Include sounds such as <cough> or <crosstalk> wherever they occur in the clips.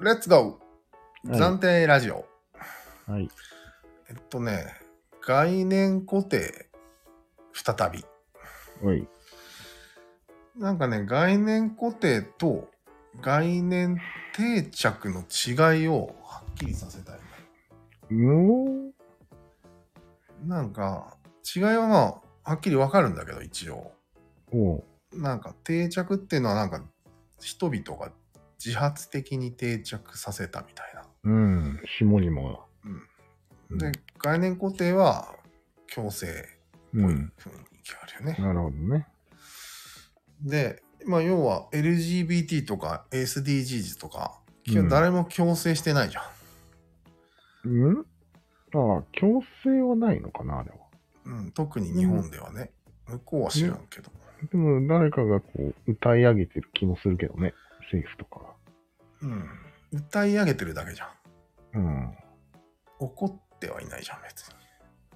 レッツゴーはい暫定ラジオ、はい。えっとね、概念固定、再び。おい。なんかね、概念固定と概念定着の違いをはっきりさせたい。もうなんか、違いはまあ、はっきりわかるんだけど、一応。おう。なんか定着っていうのはなんか、人々が自発的に定着させたみたいな。うん。下にも。うん、で、概念固定は強制うっぽいん。雰囲気あるよね。なるほどね。で、まあ、要は LGBT とか SDGs とか、うん誰も強制してないじゃん。うんああ、強制はないのかな、あれは。うん、特に日本ではね、向こうは知らんけど。でも、誰かがこう、歌い上げてる気もするけどね。政府とかうん。歌い上げてるだけじゃん。が。うん。怒ってはいないじゃん、別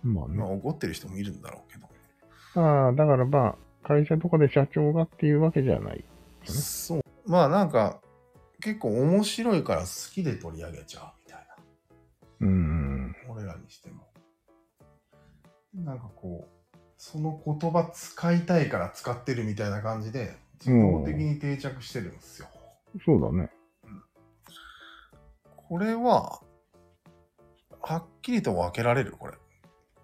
まあに。まあ、ね。怒ってる人もいるんだろうけど。ああ、だからまあ、会社とかで社長がっていうわけじゃない。うんそう。まあ、なんか、結構面白いから好きで取り上げちゃうみたいうん。な。俺らにしても。なんかこう、その言葉使いたいから使ってるみたいな感じで、自動的に定着してるんですよ。そうだね。これは、はっきりと分けられるこれ。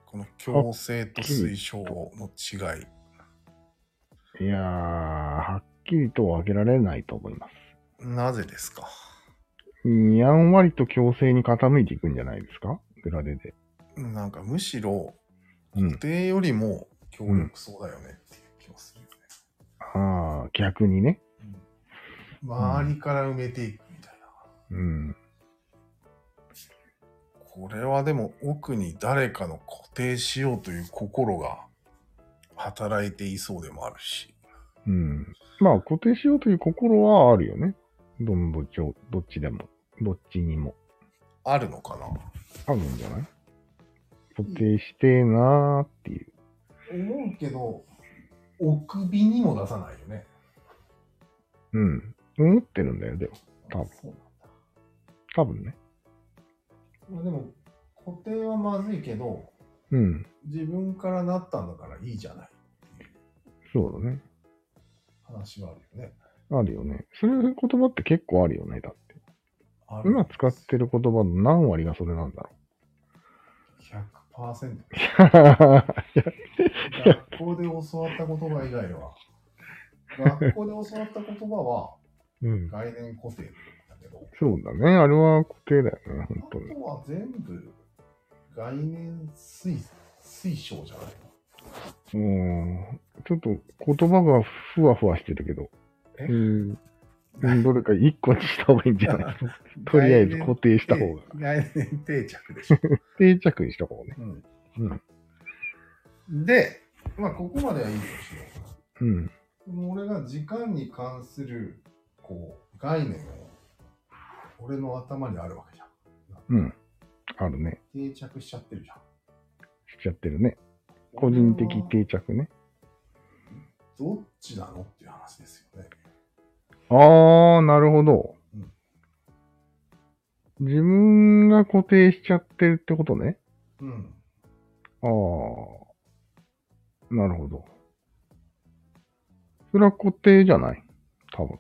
この強制と推奨の違い。いやー、はっきりとは挙げられないと思います。なぜですかやんわりと強制に傾いていくんじゃないですかグラデで。なんかむしろ、うん固定よりも強力そうだよねっていう気がするよね。ああ、逆にね。周りから埋めていくみたいな。うん。これはでも奥に誰かの固定しようという心が働いていそうでもあるし。うん。まあ、固定しようという心はあるよね。どんどっちを、どっちでも、どっちにも。あるのかなあるんじゃない固定してーなーっていう。思うけど、奥尾にも出さないよね。うん。思ってるんだよ、でも。多分そう多分ね。まあ、でも固定はまずいけどうん。自分からなったんだからいいじゃないそうだね。話はあるよね。あるよね。そういう言葉って結構あるよね、だって。ある今使ってる言葉の何割がそれなんだろ100%。 <laughs> う。学校で教わった言葉以外は。学校で教わった言葉はうん。概念固定だけど、そうだね。あれは固定だよね、本当あに。とは全部概念推推奨じゃないの。うん。ちょっと言葉がふわふわしてるけど。えうん。うんどれか一個にした方がいいんじゃ <laughs> ないとりあえず固定した方が。概念定着でしょ。定着にした方がね。うんうん。で、まあ、ここまではいいとしよう。うん。俺が時間に関するこう概念を俺の頭にあるわけじゃん。うん。あるね。定着しちゃってるじゃん。しちゃってるね。個人的定着ね。どっちなのっていう話ですよね。あー、なるほどうん。自分が固定しちゃってるってことね。うん。ああ。なるほど。それは固定じゃない多分。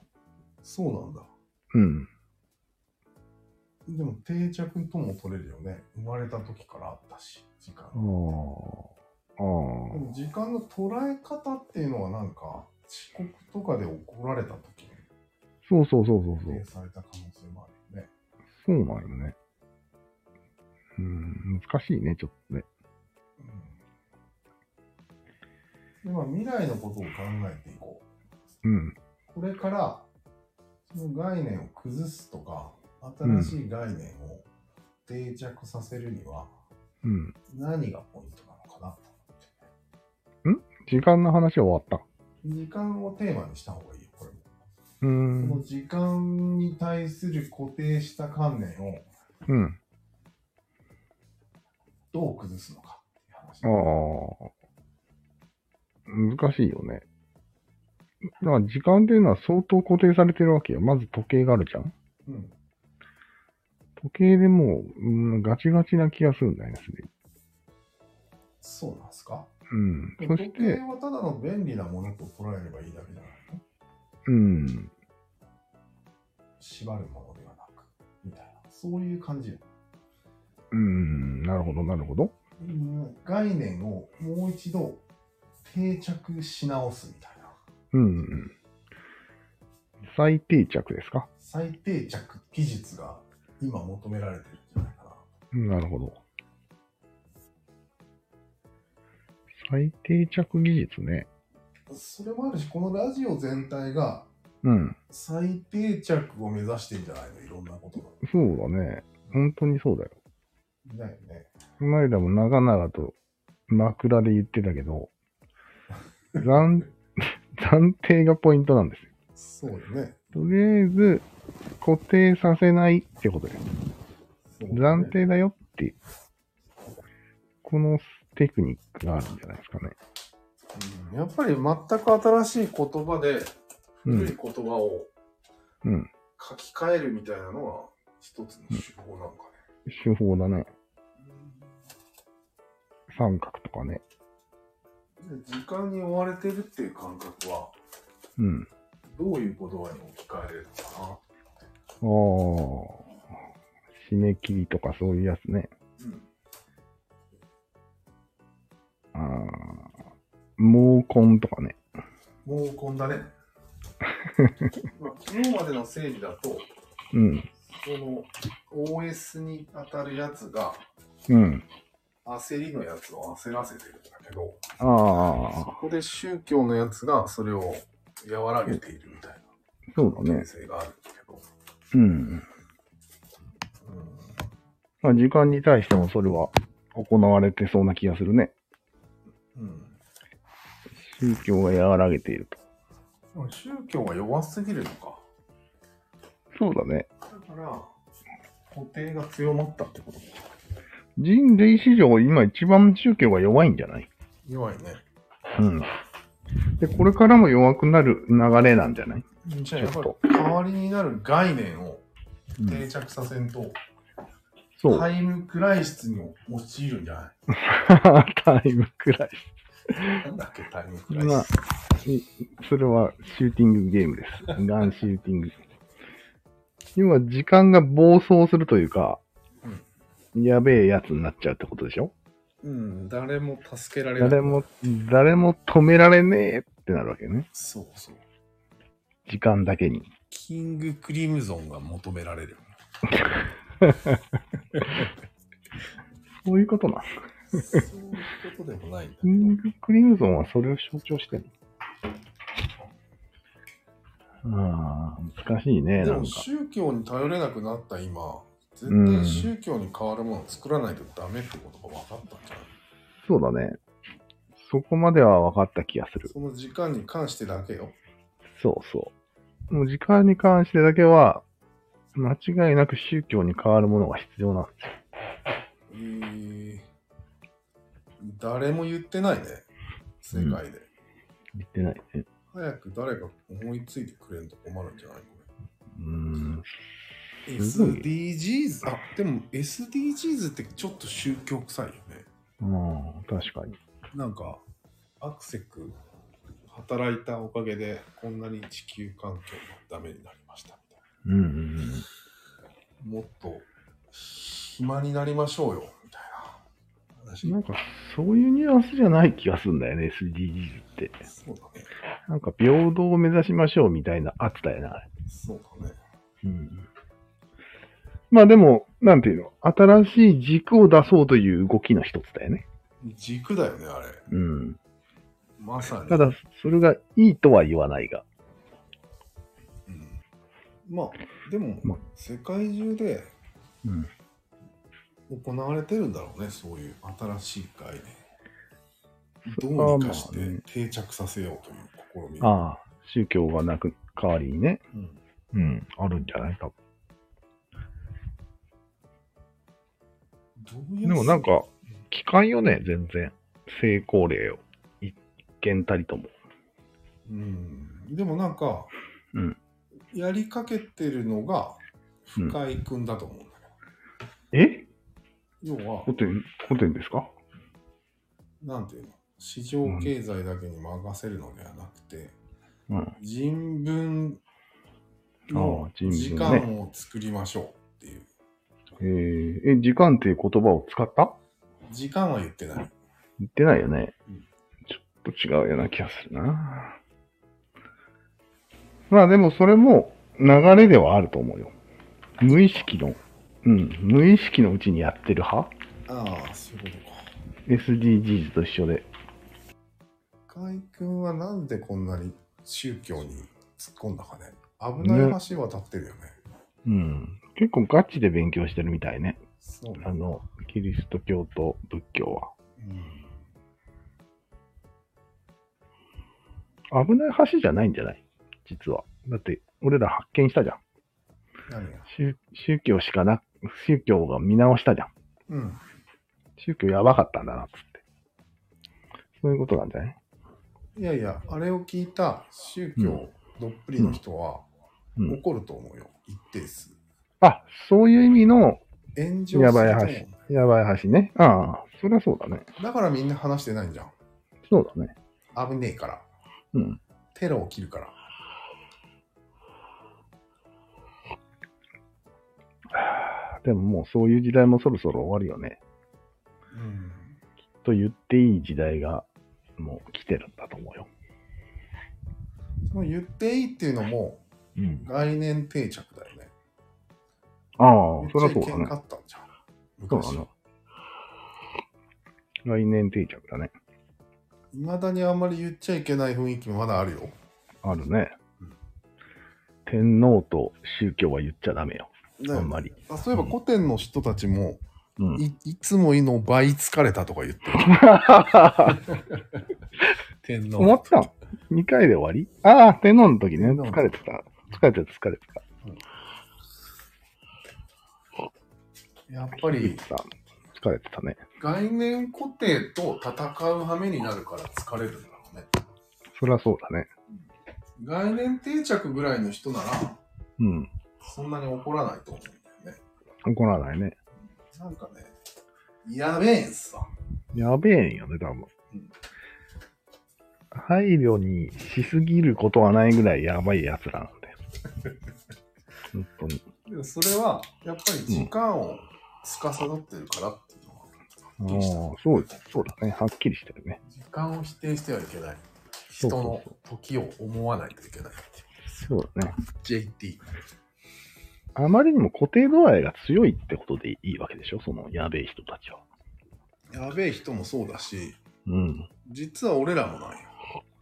そうなんだ。うん。でも定着とも取れるよね。生まれた時からあったし、時間。ああ。でも時間の捉え方っていうのはなんか遅刻とかで怒られた時にそうそうそうそうそ固定う。された可能性もあるよね。そうなんよね。うん、難しいね、ちょっとね。うん。でまあ未来のことを考えていこう。うん。これからその概念を崩すとか新しい概念を定着させるにはうん。何がポイントなのかなと思って時間の話は終わっ時間をテーマにした方がいいよこれも、た。うこのん。時間に対する固定した観念をうん。どう崩すのかっていう話ああ。難しいよね。だから時間っていうのは相当固定されてるわけよ。まず時計があるじゃん。うん時計でもう、うん、ガチガチな気がするんだよね、すでに。そうなんですかうん。そし時計て、はただの便利なものと捉えればいいだけじゃないのうん。縛るものではなく、みたいな。そういう感じよ。うん、なるほど、なるほど。うん概念をもう一度定着し直すみたいな。うんうん。再定着ですか再定着技術が今求められてるんじゃないかな。うんなるほど。再定着技術ね。それもあるし、このラジオ全体がうん。最定着を目指してんじゃないのいろんなことそうだね。本当にそうだよ。が。だよね。この間も長々と枕で言ってたけ <laughs> ど、暫暫定がポイントなんですそよ。うよね。とりあえず、固定させないってことです。そうだね暫定だよって、このテクニックがあるんじゃないですかね。うんやっぱり全く新しい言葉でう古いん。言葉をうん。書き換えるみたいなのは一つの手法なのかね。手法だね。三角とかね。で時間に追われてるっていう感覚はうん。どういう言葉に置き換えれるのかな。ああ。締め切りとかそういうやつね。うんああ。毛根とかね。毛根だね。 <laughs> まあ、昨日までの整理だと、うん。その OS に当たるやつがうん。焦りのやつを焦らせてるんだけど、そああ。こで宗教のやつがそれを和らげているみたいそうなだね現。性があるんだけど、うん。まあ、時間に対してもそれは行われてそうな気がするね。うん。うん宗教が和らげていると。でも宗教は弱すぎるのか。そうだね。だから、固定が強まったってことか。人類史上今一番宗教が弱いんじゃない弱いね。うん。で、これからも弱くなる流れなんじゃないじゃあちょやっっぱりと。代わりになる概念をうん、定着させんと、そう。 <laughs> タイムクライシスに陥るんじゃないタイムくらい。なんだっけ、タイムクライシまあス。、いそれはシューティングゲームです。 <laughs> ガンシューティング。要は時間が暴走するというか、やべえやつになっちゃうってことでしょうん、誰も助けられない。誰も、誰も止められねえってなるわけよね。そうそう。時間だけに。キングクリムゾンが求められる。そういうことな。そういうことでもないんだ。 <laughs> キングクリムゾンはそれを象徴してるああ、難しいね、でなんもか。宗教に頼れなくなった今、絶うん対宗教に変わるものを作らないとダメってことが分かったんじゃない、そうだね。そこまでは分かった気がする。その時間に関してだけよ。そうそう。もう時間に関してだけは、間違いなく宗教に変わるものが必要なんですよ。えー、誰も言ってないね。世界で。言ってないね。早く誰か思いついてくれんと困るんじゃないこれ。うーん。すごい SDGs? あでも SDGs ってちょっと宗教臭いよね。うん、確かに。なんか、アクセク、働いたおかげでこんなに地球環境がダメになりましたみたいうんうんうん。な。もっと暇になりましょうよみたいな話。なんか、そういうニュアンスじゃない気がするんだよね、SDGs って。そうだね。なんか、平等を目指しましょうみたいな、あったよな、あれ。そうだね。うん。まあでも、なんていうの、新しい軸を出そうという動きの一つだよね。軸だよね、あれ。うん。まさに。ただ、それがいいとは言わないが。うんまあ、でも、ま世界中でうん。行われてるんだろうね、そういう新しい概念。どうにかしまあねて定着させようという試み。ああ、宗教がなく代わりにね。うんうん。あるんじゃないか。どうやでもなん、か、機関よね、全然。成功例を。一件たりとも。うん、でもなんか、うんやりかけてるのが深井君だと思うんだけど、要は古、典、古典ですかなんていうの、市場経済だけに任せるのではなくて、うん。人文のああ人文ね時間を作りましょうっていう。えー、え、時間っていう言葉を使った時間は言ってない。言ってないよねうん。ちょっと違うような気がするな。まあでもそれも流れではあると思うよ。無意識の、うん、無意識のうちにやってる派ああ、そういうこと ?SDGs と一緒で。か。河合くんはなんでこんなに宗教に突っ込んだかね。危ない橋渡ってるよね。うん。結構ガチで勉強してるみたいね。そうねあの、キリスト教と仏教うんは。危ない橋じゃないんじゃない実は。だって、俺ら発見したじゃん。何が宗宗教しかな、宗教が見直したじゃん。うん。宗教やばかったんだな、つって。そういうことなんじゃないいやいや、あれを聞いた宗教どっぷりの人はうん怒ると思うよ。一定数。あ、そういう意味の炎上するやばと思うい橋。やばい橋ね。ああ、そりゃそうだね。だからみんな話してないんじゃん。そうだね。危ねえから。うん。テロ起きるから。でももうそういう時代もそろそろ終わるよね。うん。と言っていい時代がもう来てるんだと思うよ。その言っていいっていうのもうん。概念定着だよね。ああめっ、そりゃちゃそう意だ見ねが。あったんじゃん。そう昔だね。来年定着だね。いまだにあんまり言っちゃいけない雰囲気もまだあるよ。あるねうん。天皇と宗教は言っちゃダメよ。あんまり。あそういえば古典の人たちも、うん。いいつもいの倍疲れたとか言ってる。 <laughs> 天皇。終わったの ?2 回で終わりああ、天皇の時ね。天皇の時疲れてた。疲れてた、疲れてた。やっぱり疲れてたね。概念固定と戦う羽目になるから疲れるんだろうね。そりゃそうだね。概念定着ぐらいの人なら、うん。そんなに怒らないと思うんだよね。怒らないね。なんかね、やべえんすわ。やべえんよね、多分うん。配慮にしすぎることはないぐらいやばいやつらなん <laughs> だよ。本当に。でもそれは、やっぱり時間を司ってるからっていうのは、あどうしたあ、そう、そうだね。はっきりしてるね。時間を否定してはいけない。人そうそうの時を思わないといけない。そうだね。 JT。あまりにも固定度合いが強いってことでいいわけでしょそのやべえ人たちは。やべえ人もそうだし、うん。実は俺らもなんよ。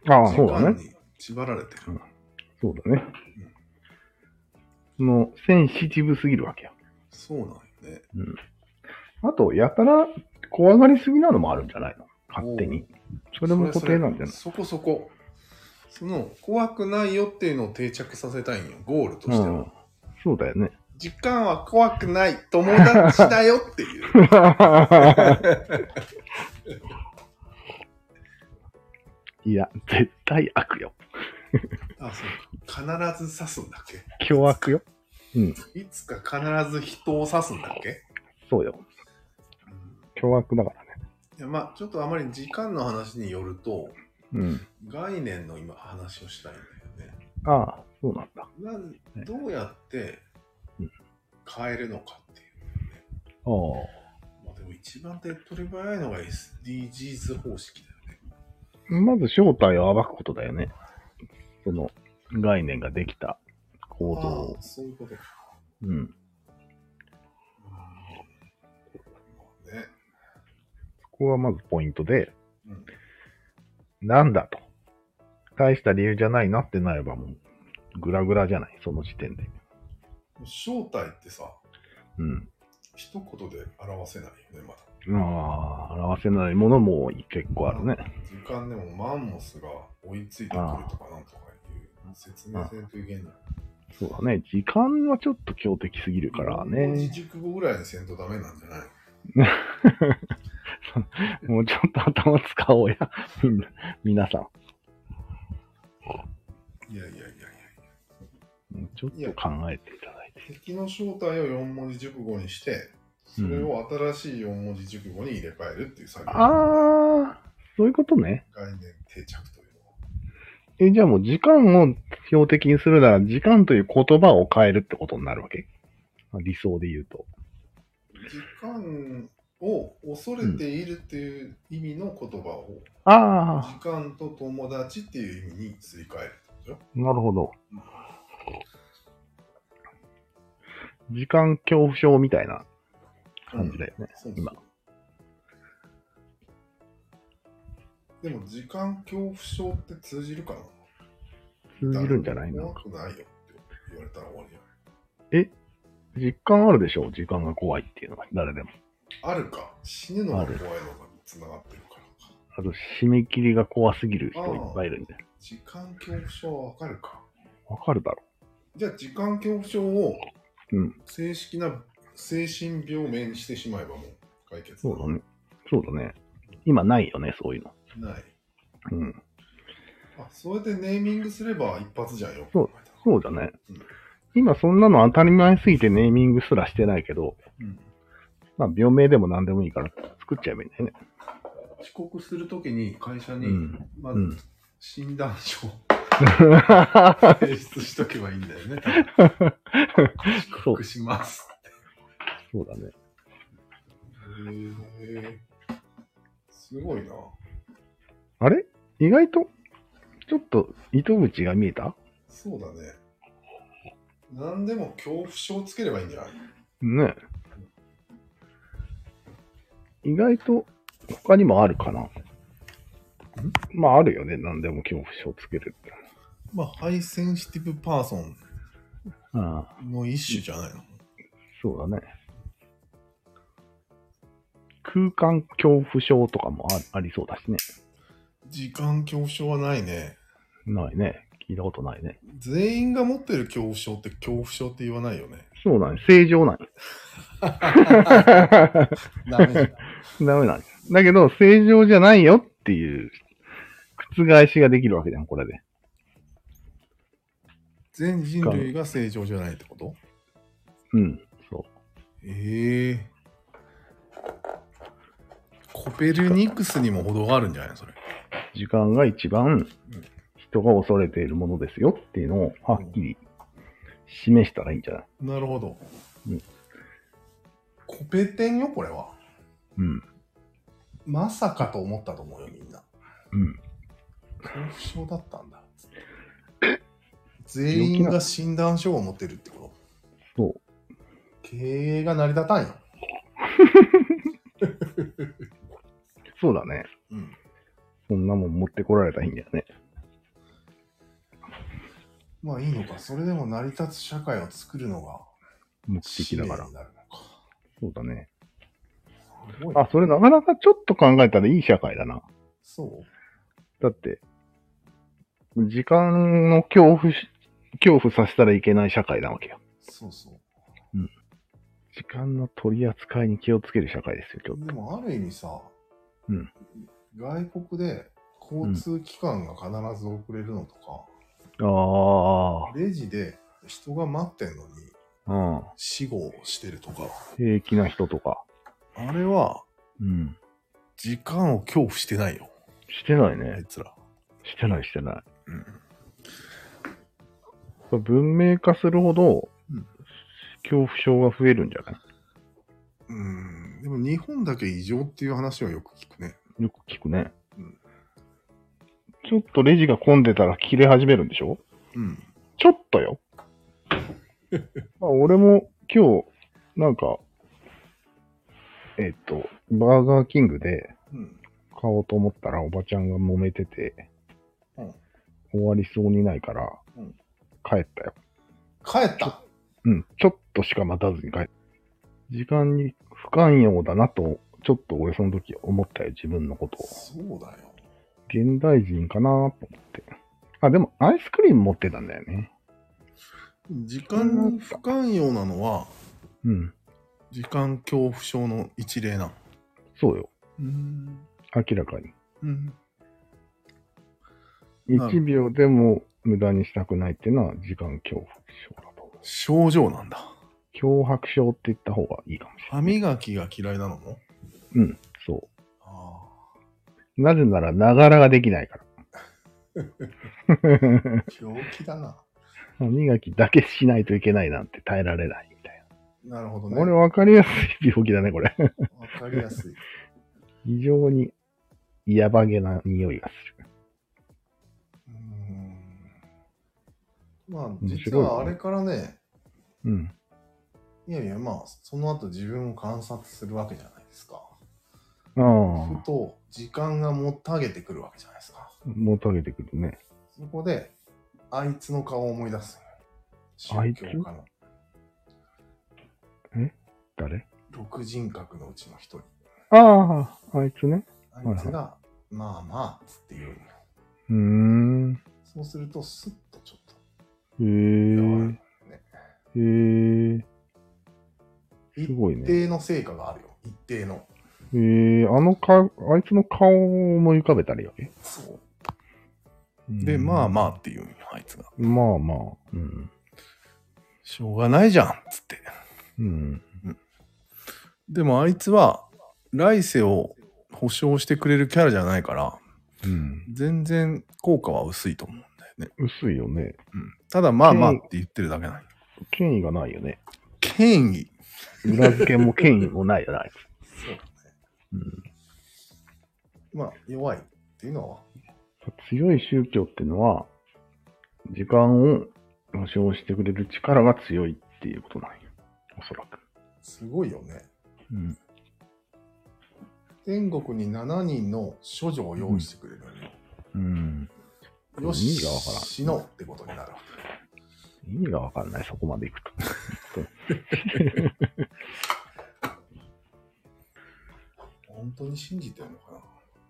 ああ、時そうだね間。に縛られてる。そうだね。その、センシティブすぎるわけよ。そうなんよね。あと、やたら怖がりすぎなのもあるんじゃないの勝手に。それも固定なんじゃないそれそれそこそこ。その、怖くないよっていうのを定着させたいんよ。ゴールとしては。うんそうだよ <laughs> ね。時間は怖くない。友達だよっていう。 <laughs> いや、絶対悪よ。あ、そうか。必ず刺すんだっけ凶悪よ。いつか必ず人を刺すんだっけ、そうよ。凶悪だからね。いやまあちょっとあまり時間の話によるとうん。概念の今話をしたいんだよね。ああ、そうなんだ。あなんねどうやってうん変えるのかっていう。あ。まあでも一番手っ取り早いのが SDGs 方式だよね。まず正体を暴くことだよね。その概念ができた行動をああ。そういうことか。うん。うんまあねそこがまずポイントで、うんなんだと。大した理由じゃないなってなればもう、グラグラじゃない、その時点で。正体ってさ、うん。一言で表せないよね、まだ。ああ、表せないものも結構あるね。時間でもマンモスが追いついてくるとかなんとかいう説明せんといけんの。そうだね。時間はちょっと強敵すぎるから自ね。熟語ぐらいにせんとダメなんじゃないもうちょっと頭使おうや。 <laughs> みんな、皆さん。いやいやいやいや。もうちょっと考えていただいて。敵の正体を4文字熟語にして、それを新しい4文字熟語に入れ替えるっていう作業あー、そういうことね。概念定着というのはえ、じゃあもう時間を標的にするなら、時間という言葉を変えるってことになるわけまあ理想で言うと。時間を恐れているっていう意味の言葉を、あ時間と友達っていう意味にすり替えるってことよ。ー、なるほど。時間恐怖症みたいな感じだよね。そう今でも時間恐怖症って通じるかな通じるんじゃないの怖くないよって言われたら終わりじゃない実感あるでしょ時間が怖いっていうのは、誰でも。あるか死ぬのが怖いのがつながってるからかあと、締め切りが怖すぎる人いっぱいいるんで。時間恐怖症はわかるかわかるだろじゃあ時間恐怖症をうん正式な精神病名にしてしまえばもう解決そうだね。そうだね。今ないよね、そういうの。ないうん。あそれでネーミングすれば一発じゃんよそう考えたらそうだねうん。今そんなの当たり前すぎてネーミングすらしてないけど、うんまあ病名でも何でもいいから作っちゃえばいいんだよね。遅刻するときに会社うに、ん。まうん <laughs> ず診断書を提出しとけばいいんだよ <laughs> ね。そ遅う刻、します。そうだね。へえ。すごいな。あれ意外と、ちょっと糸口が見えたそうだね。何でも恐怖症つければいいんじゃないねえ意外と他にもあるかな。まああるよね。何でも恐怖症つけるって。まあ、ハイセンシティブパーソンああ、の一種じゃないのそうだね。空間恐怖症とかもあありそうだしね。時間恐怖症はないね。ないね。聞いたことないね。全員が持ってる恐怖症って恐怖症って言わないよね。そうだね。正常なんよ <laughs> ダメじゃん。ダメなんよだけど、正常じゃないよっていう、覆しができるわけじゃん、これで。全人類が正常じゃないってことうん。そええコペルニクスにも程があるんじゃないのそれ。う。時間が一番人が恐れているものですよっていうのを、はっきり示したらいいんじゃないなるほど。うんコペテンよ、これは。うん。まさかと思ったと思うよ、みんな。うん。恐怖症だったんだ。全員が診断書を持ってるってことそう。経営が成り立たんよ。そうだね。うん。そんなもん持ってこられたらいいんだよね。まあいいのか。それでも成り立つ社会を作るのが目使的命だになるからの。か。そうだね。すごいなあ、それなかなかちょっと考えたらいい社会だな。そうだって、時間の恐怖し、恐怖させたらいけない社会なわけよ。そうそう。時間の取り扱いに気をつける社会ですよ、今日。でもある意味さ、うん外国で交通機関が必ず遅れるのとか、あレジで人が待ってんのにあ、死後してるとか、うん。平気な人とか。あれはうん。時間を恐怖してないよ、してないあねい。つら。してない、してない。うん文明化するほど、うん恐怖症が増えるんじゃなうん、でも日本だけ異常っていう話はよく聞くね。いよく聞くね。うんちょっとレジが混んでたら切れ始めるんでしょうん。ちょっ <laughs> とよ。まあ俺も今日、なんか、えっ、と、バーガーキングでうん。買おうと思ったらおばちゃんが揉めてて、うん終わりそうにないから、うん帰ったよ。帰ったうん、ちょっとしか待たずに帰った。時間に不寛容だなと、ちょっと俺その時思ったよ、自分のことを。そうだよ。現代人かなと思って。あ、でもアイスクリーム持ってたんだよね。時間に不寛容なのはうん、時間恐怖症の一例なの。そうよ、うん。明らかに。うん。なる1秒でも無駄にしたくないっていうのは時間恐怖症だと思う。症状なんだ。脅迫症って言った方がいいかもしれない。歯磨きが嫌いなのもうん、そあう。なぜなら、ながらができないから。あ、病気だな。歯磨きだけしないといけないなんて耐えられないみたいなるほどな。ね。これ分かりやすい病気だね、これ。わかりやすい。非常に、やばげな匂いがする。うーんまあ、面実白いねはあれからね、うん。いやいや、まあ、その後自分を観察するわけじゃないですか。ああ、ふと、時間がもたげてくるわけじゃないですか。もたげてくるね。そこで、あいつの顔を思い出すのよ。あ宗いつ教家の誰六人格のうちの一人。ああ、あいつね。あいつが、まあまあ、つって言うのよ。うーん。そうすると、スッとちょっと。へ柔らえかくねへえすごい一ね。定の成果があるよ。一定の。へえあのか、あいつの顔を思い浮かべたらいいわけそう。うんで、まあまあって言うんよ、あいつが。まあまあ。うん。しょうがないじゃん、つって。うん。でもあいつは来世を保証してくれるキャラじゃないからうん。全然効果は薄いと思うんだよね、薄いよね。うん、ただまあまあって言ってるだけなんよ権威がないよね。権威裏付けも権威もないよね、あいつ。 <laughs> そうだねうん、まあ弱いっていうのは強い宗教ってのは、時間を保証してくれる力が強いっていうことなんよ。おそらく。すごいよねうん。天国に7人の処女を用意してくれるのよ、うん。よ意し味がわからん死のうってことになるわ意味がわかんない、そこまでいくと。け本当に信じてるのか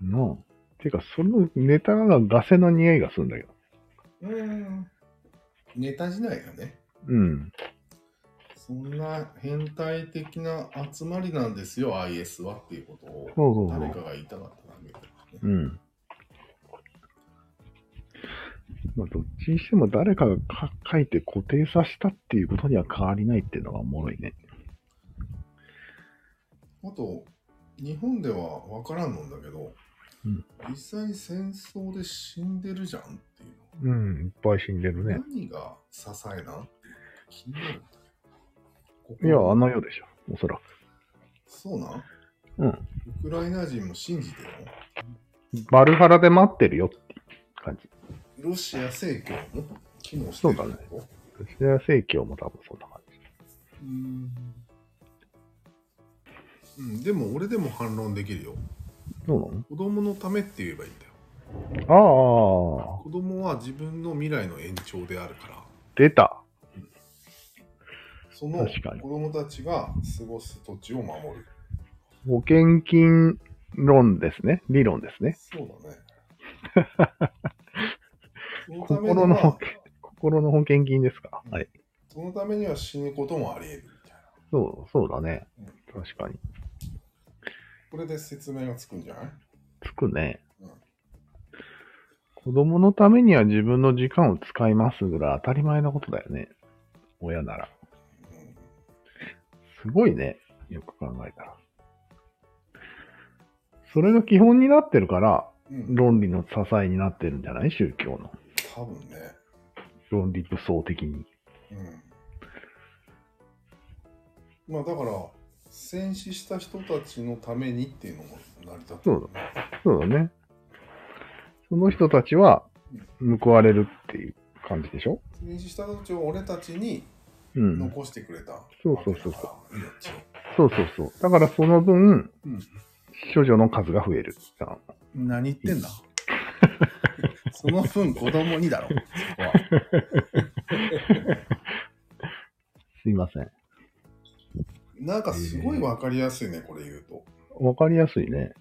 なあ。てか、そのネタがガセの匂いがするんだけど。なうんネタ時代がねうん。そんな変態的な集まりなんですよ IS はっていうことをそうそうそ誰かう。が言いたかっただけだねうん。まあ、どっちにしても誰かがか書いて固定させたっていうことには変わりないっていうのがおもろいね。あと、日本では分からんのんだけど、うん実際戦争で死んでるじゃんっていううん、いっぱい死んでるの。。何が支えなんっていうのが気になるんだけいど。や、あの。の世でしょ、おそらく。そうなんうんウクライナ人も信じてるバルハラで待ってるよっていう感じ。のロシア正教も機能してるそうだねロシア正教も多分そんな感じ。うん。うん、でも俺でも反論できるよ。そうなの子供のためって言えばいいんだよ。ああ、子供は自分の未来の延長であるから。出た。その確かに子供たちが過ごす土地を守る。保険金論ですね。理論ですね。そうだね。そのために心の保は険、心の保険金ですか。はい。そのためには死ぬこともあり得るみたいな。そう、そうだねうん。確かに。これで説明がつくんじゃないつくねうん。子供のためには自分の時間を使いますぐらい当たり前のことだよね。親なら。すごいね。よく考えたら。それが基本になってるから、うん、うん、論理の支えになってるんじゃない宗教の。多分ね。論理武装的に。うん。まあだから、戦死した人たちのためにっていうのも成り立ってそうそうだね。その人たちは報われるっていう感じでしょ戦死した人たちを俺たちにうん。残してくれたわけそだうから。そうそう命をそうそうそう。だからその分、うん処女の数が増える。あ何言ってんだ <laughs> その分子供にだろ。そこはすいません。なんかすごいわかりやすいね、これ言うと。わかりやすいね。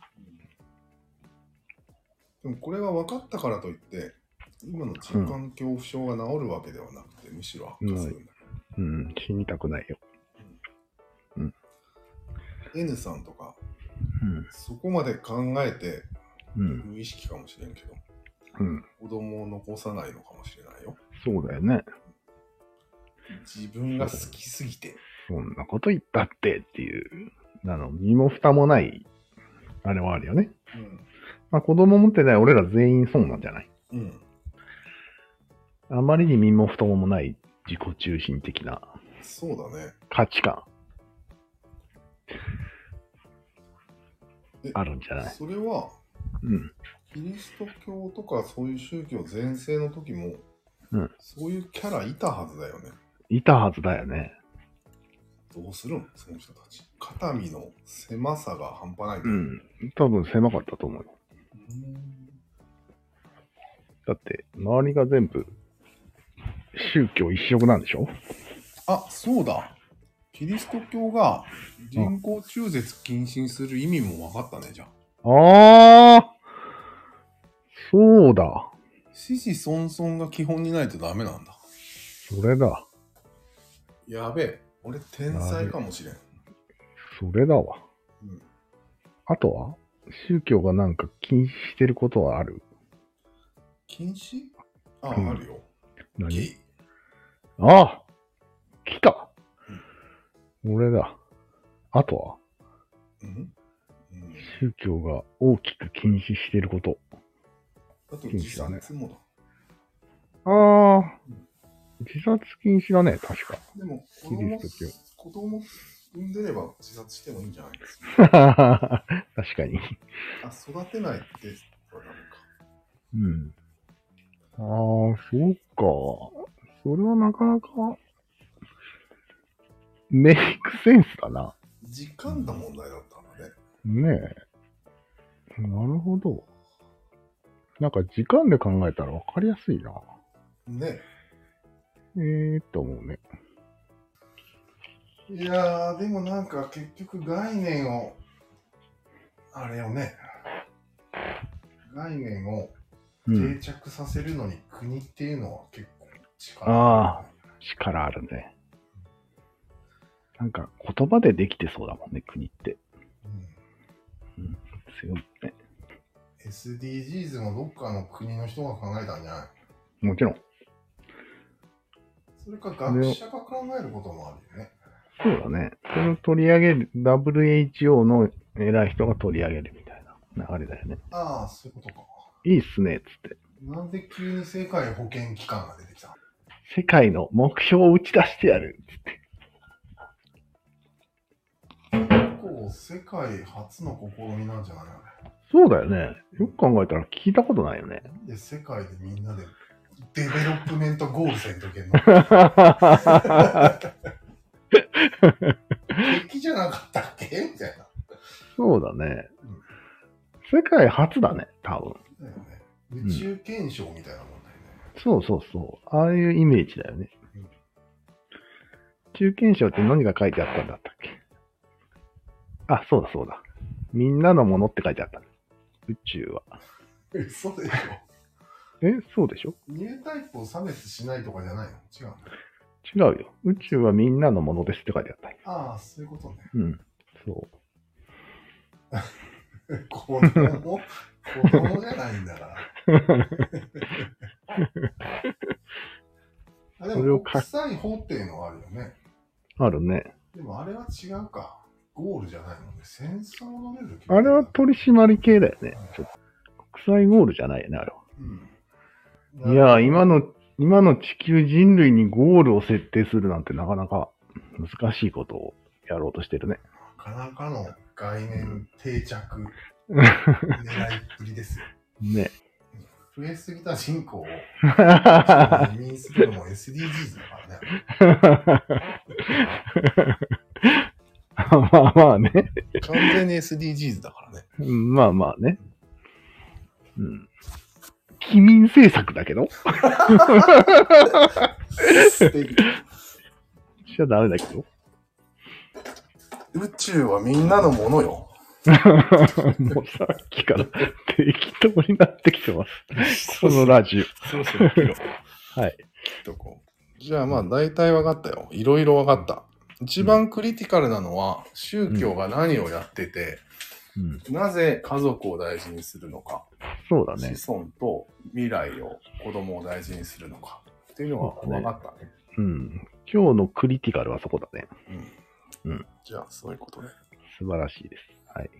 でもこれが分かったからといって、今の時間恐怖症が治るわけではなくて、むしろ悪化するんだ、うん。死にたくないよ。 N さんとか、そこまで考えて、うん。うん。無意識かもしれんけど、うん。子供を残さないのかもしれないよ。そうだよね。自分が好きすぎて。そんなこと言ったってっていう、あの、身も蓋もない、あれはあるよね。まあ子供持ってない俺ら全員そうなんじゃないうん。うん。あまりに身も蓋もない自己中心的なそうだね。価値観え。あるんじゃないそれは、うん。キリスト教とかそういう宗教全盛の時も、うんそういうキャラいたはずだよね。いたはずだよね。どうするんその人たち。肩身の狭さが半端ない。うん。多分狭かったと思うよ。うんだって、周りが全部、宗教一色なんでしょあ、そうだ。キリスト教が人工中絶禁止にする意味も分かったね、じゃあ。ああそうだ。死死孫孫が基本にないとダメなんだ。それだ。やべえ。俺、天才かもしれん。それだわ。うんあとは宗教がなんか禁止してることはある禁止あ、うんあるよ。ゲ何イ。ああ来た俺だ。あとはうん、うん、宗教が大きく禁止してること。あと、禁自止だね殺もだ。ああ、自殺禁止だね、確か。でも、子キ供リスト教、子供産んでれば自殺してもいいんじゃないですか。 <laughs> 確かに。あ、育てないって、これなのか。うん。ああ、そうか。それはなかなか、メイクセンスだな。時間の問題だったんだね。ねえ。なるほど。なんか時間で考えたら分かりやすいな。ね。ええー、と思うね。いやー、でもなんか結局概念を、あれよね。概念をうん。定着させるのに国っていうのは結構力あ力あるね。なんか言葉でできてそうだもんね、国って。うん強いね。 SDGs もどっかの国の人が考えたんじゃないもちろん。それか学者が考えることもあるよね。そうだね。それを取り上げる、WHO の偉い人が取り上げるみたいな流れだよね。ああ、そういうことか。いいっすね、つって。なんで急に世界保健機関が出てきたの世界の目標を打ち出してやる。結構世界初の試みなんじゃないのそうだよね。よく考えたら聞いたことないよね。なんで世界でみんなでデベロップメントゴールせんとけんの敵じゃなかったっけみたいな。そうだね。世界初だね、多分。だよね。宇宙検証みたいなもんだよね。そうそうそう。ああいうイメージだよねうん。中堅賞って何が書いてあったんだったっけあ、そうだそうだ。みんなのものって書いてあった。宇宙は。嘘でしょ。え、そうでしょニュータイプを差別しないとかじゃないの違うの違うよ。宇宙はみんなのものですって書いてあった。ああ、そういうことね。うん。そ子供子供じゃないんだから。あでそれをもか国際法っていうのはあるよね。う。あるね。でもあれは違うか。ゴールじゃないもんね。戦争のルール決めてるんだあれは取り締まり系だよね。ちょっと国際ゴールじゃないよね、あれは。うん、いやー、今の、今の地球人類にゴールを設定するなんてなかなか難しいことをやろうとしてるね。なかなかの概念定着、うん狙いっぷりですよ。ね。 <laughs> 増えすぎた人口をあ移民するのも SDGs だからね。まあまあね。完全に SDGs だからね。 <laughs> まあまあね。うん。機民政策だけど素敵しちゃダメだけど。宇宙はみんなのものよ。もうさっきから適当になってきてます。このラジそろそろ切ろうオ。 <laughs> はい。とこじゃあまあ大体分かったよ。いろいろ分かった。一番クリティカルなのは宗教が何をやってて、うん。なぜ家族を大事にするのか、そうだね。子孫と未来を子供を大事にするのかっていうのが分かったね。うん。今日のクリティカルはそこだね。うんうんじゃあ、そういうことで。素晴らしいです。はい。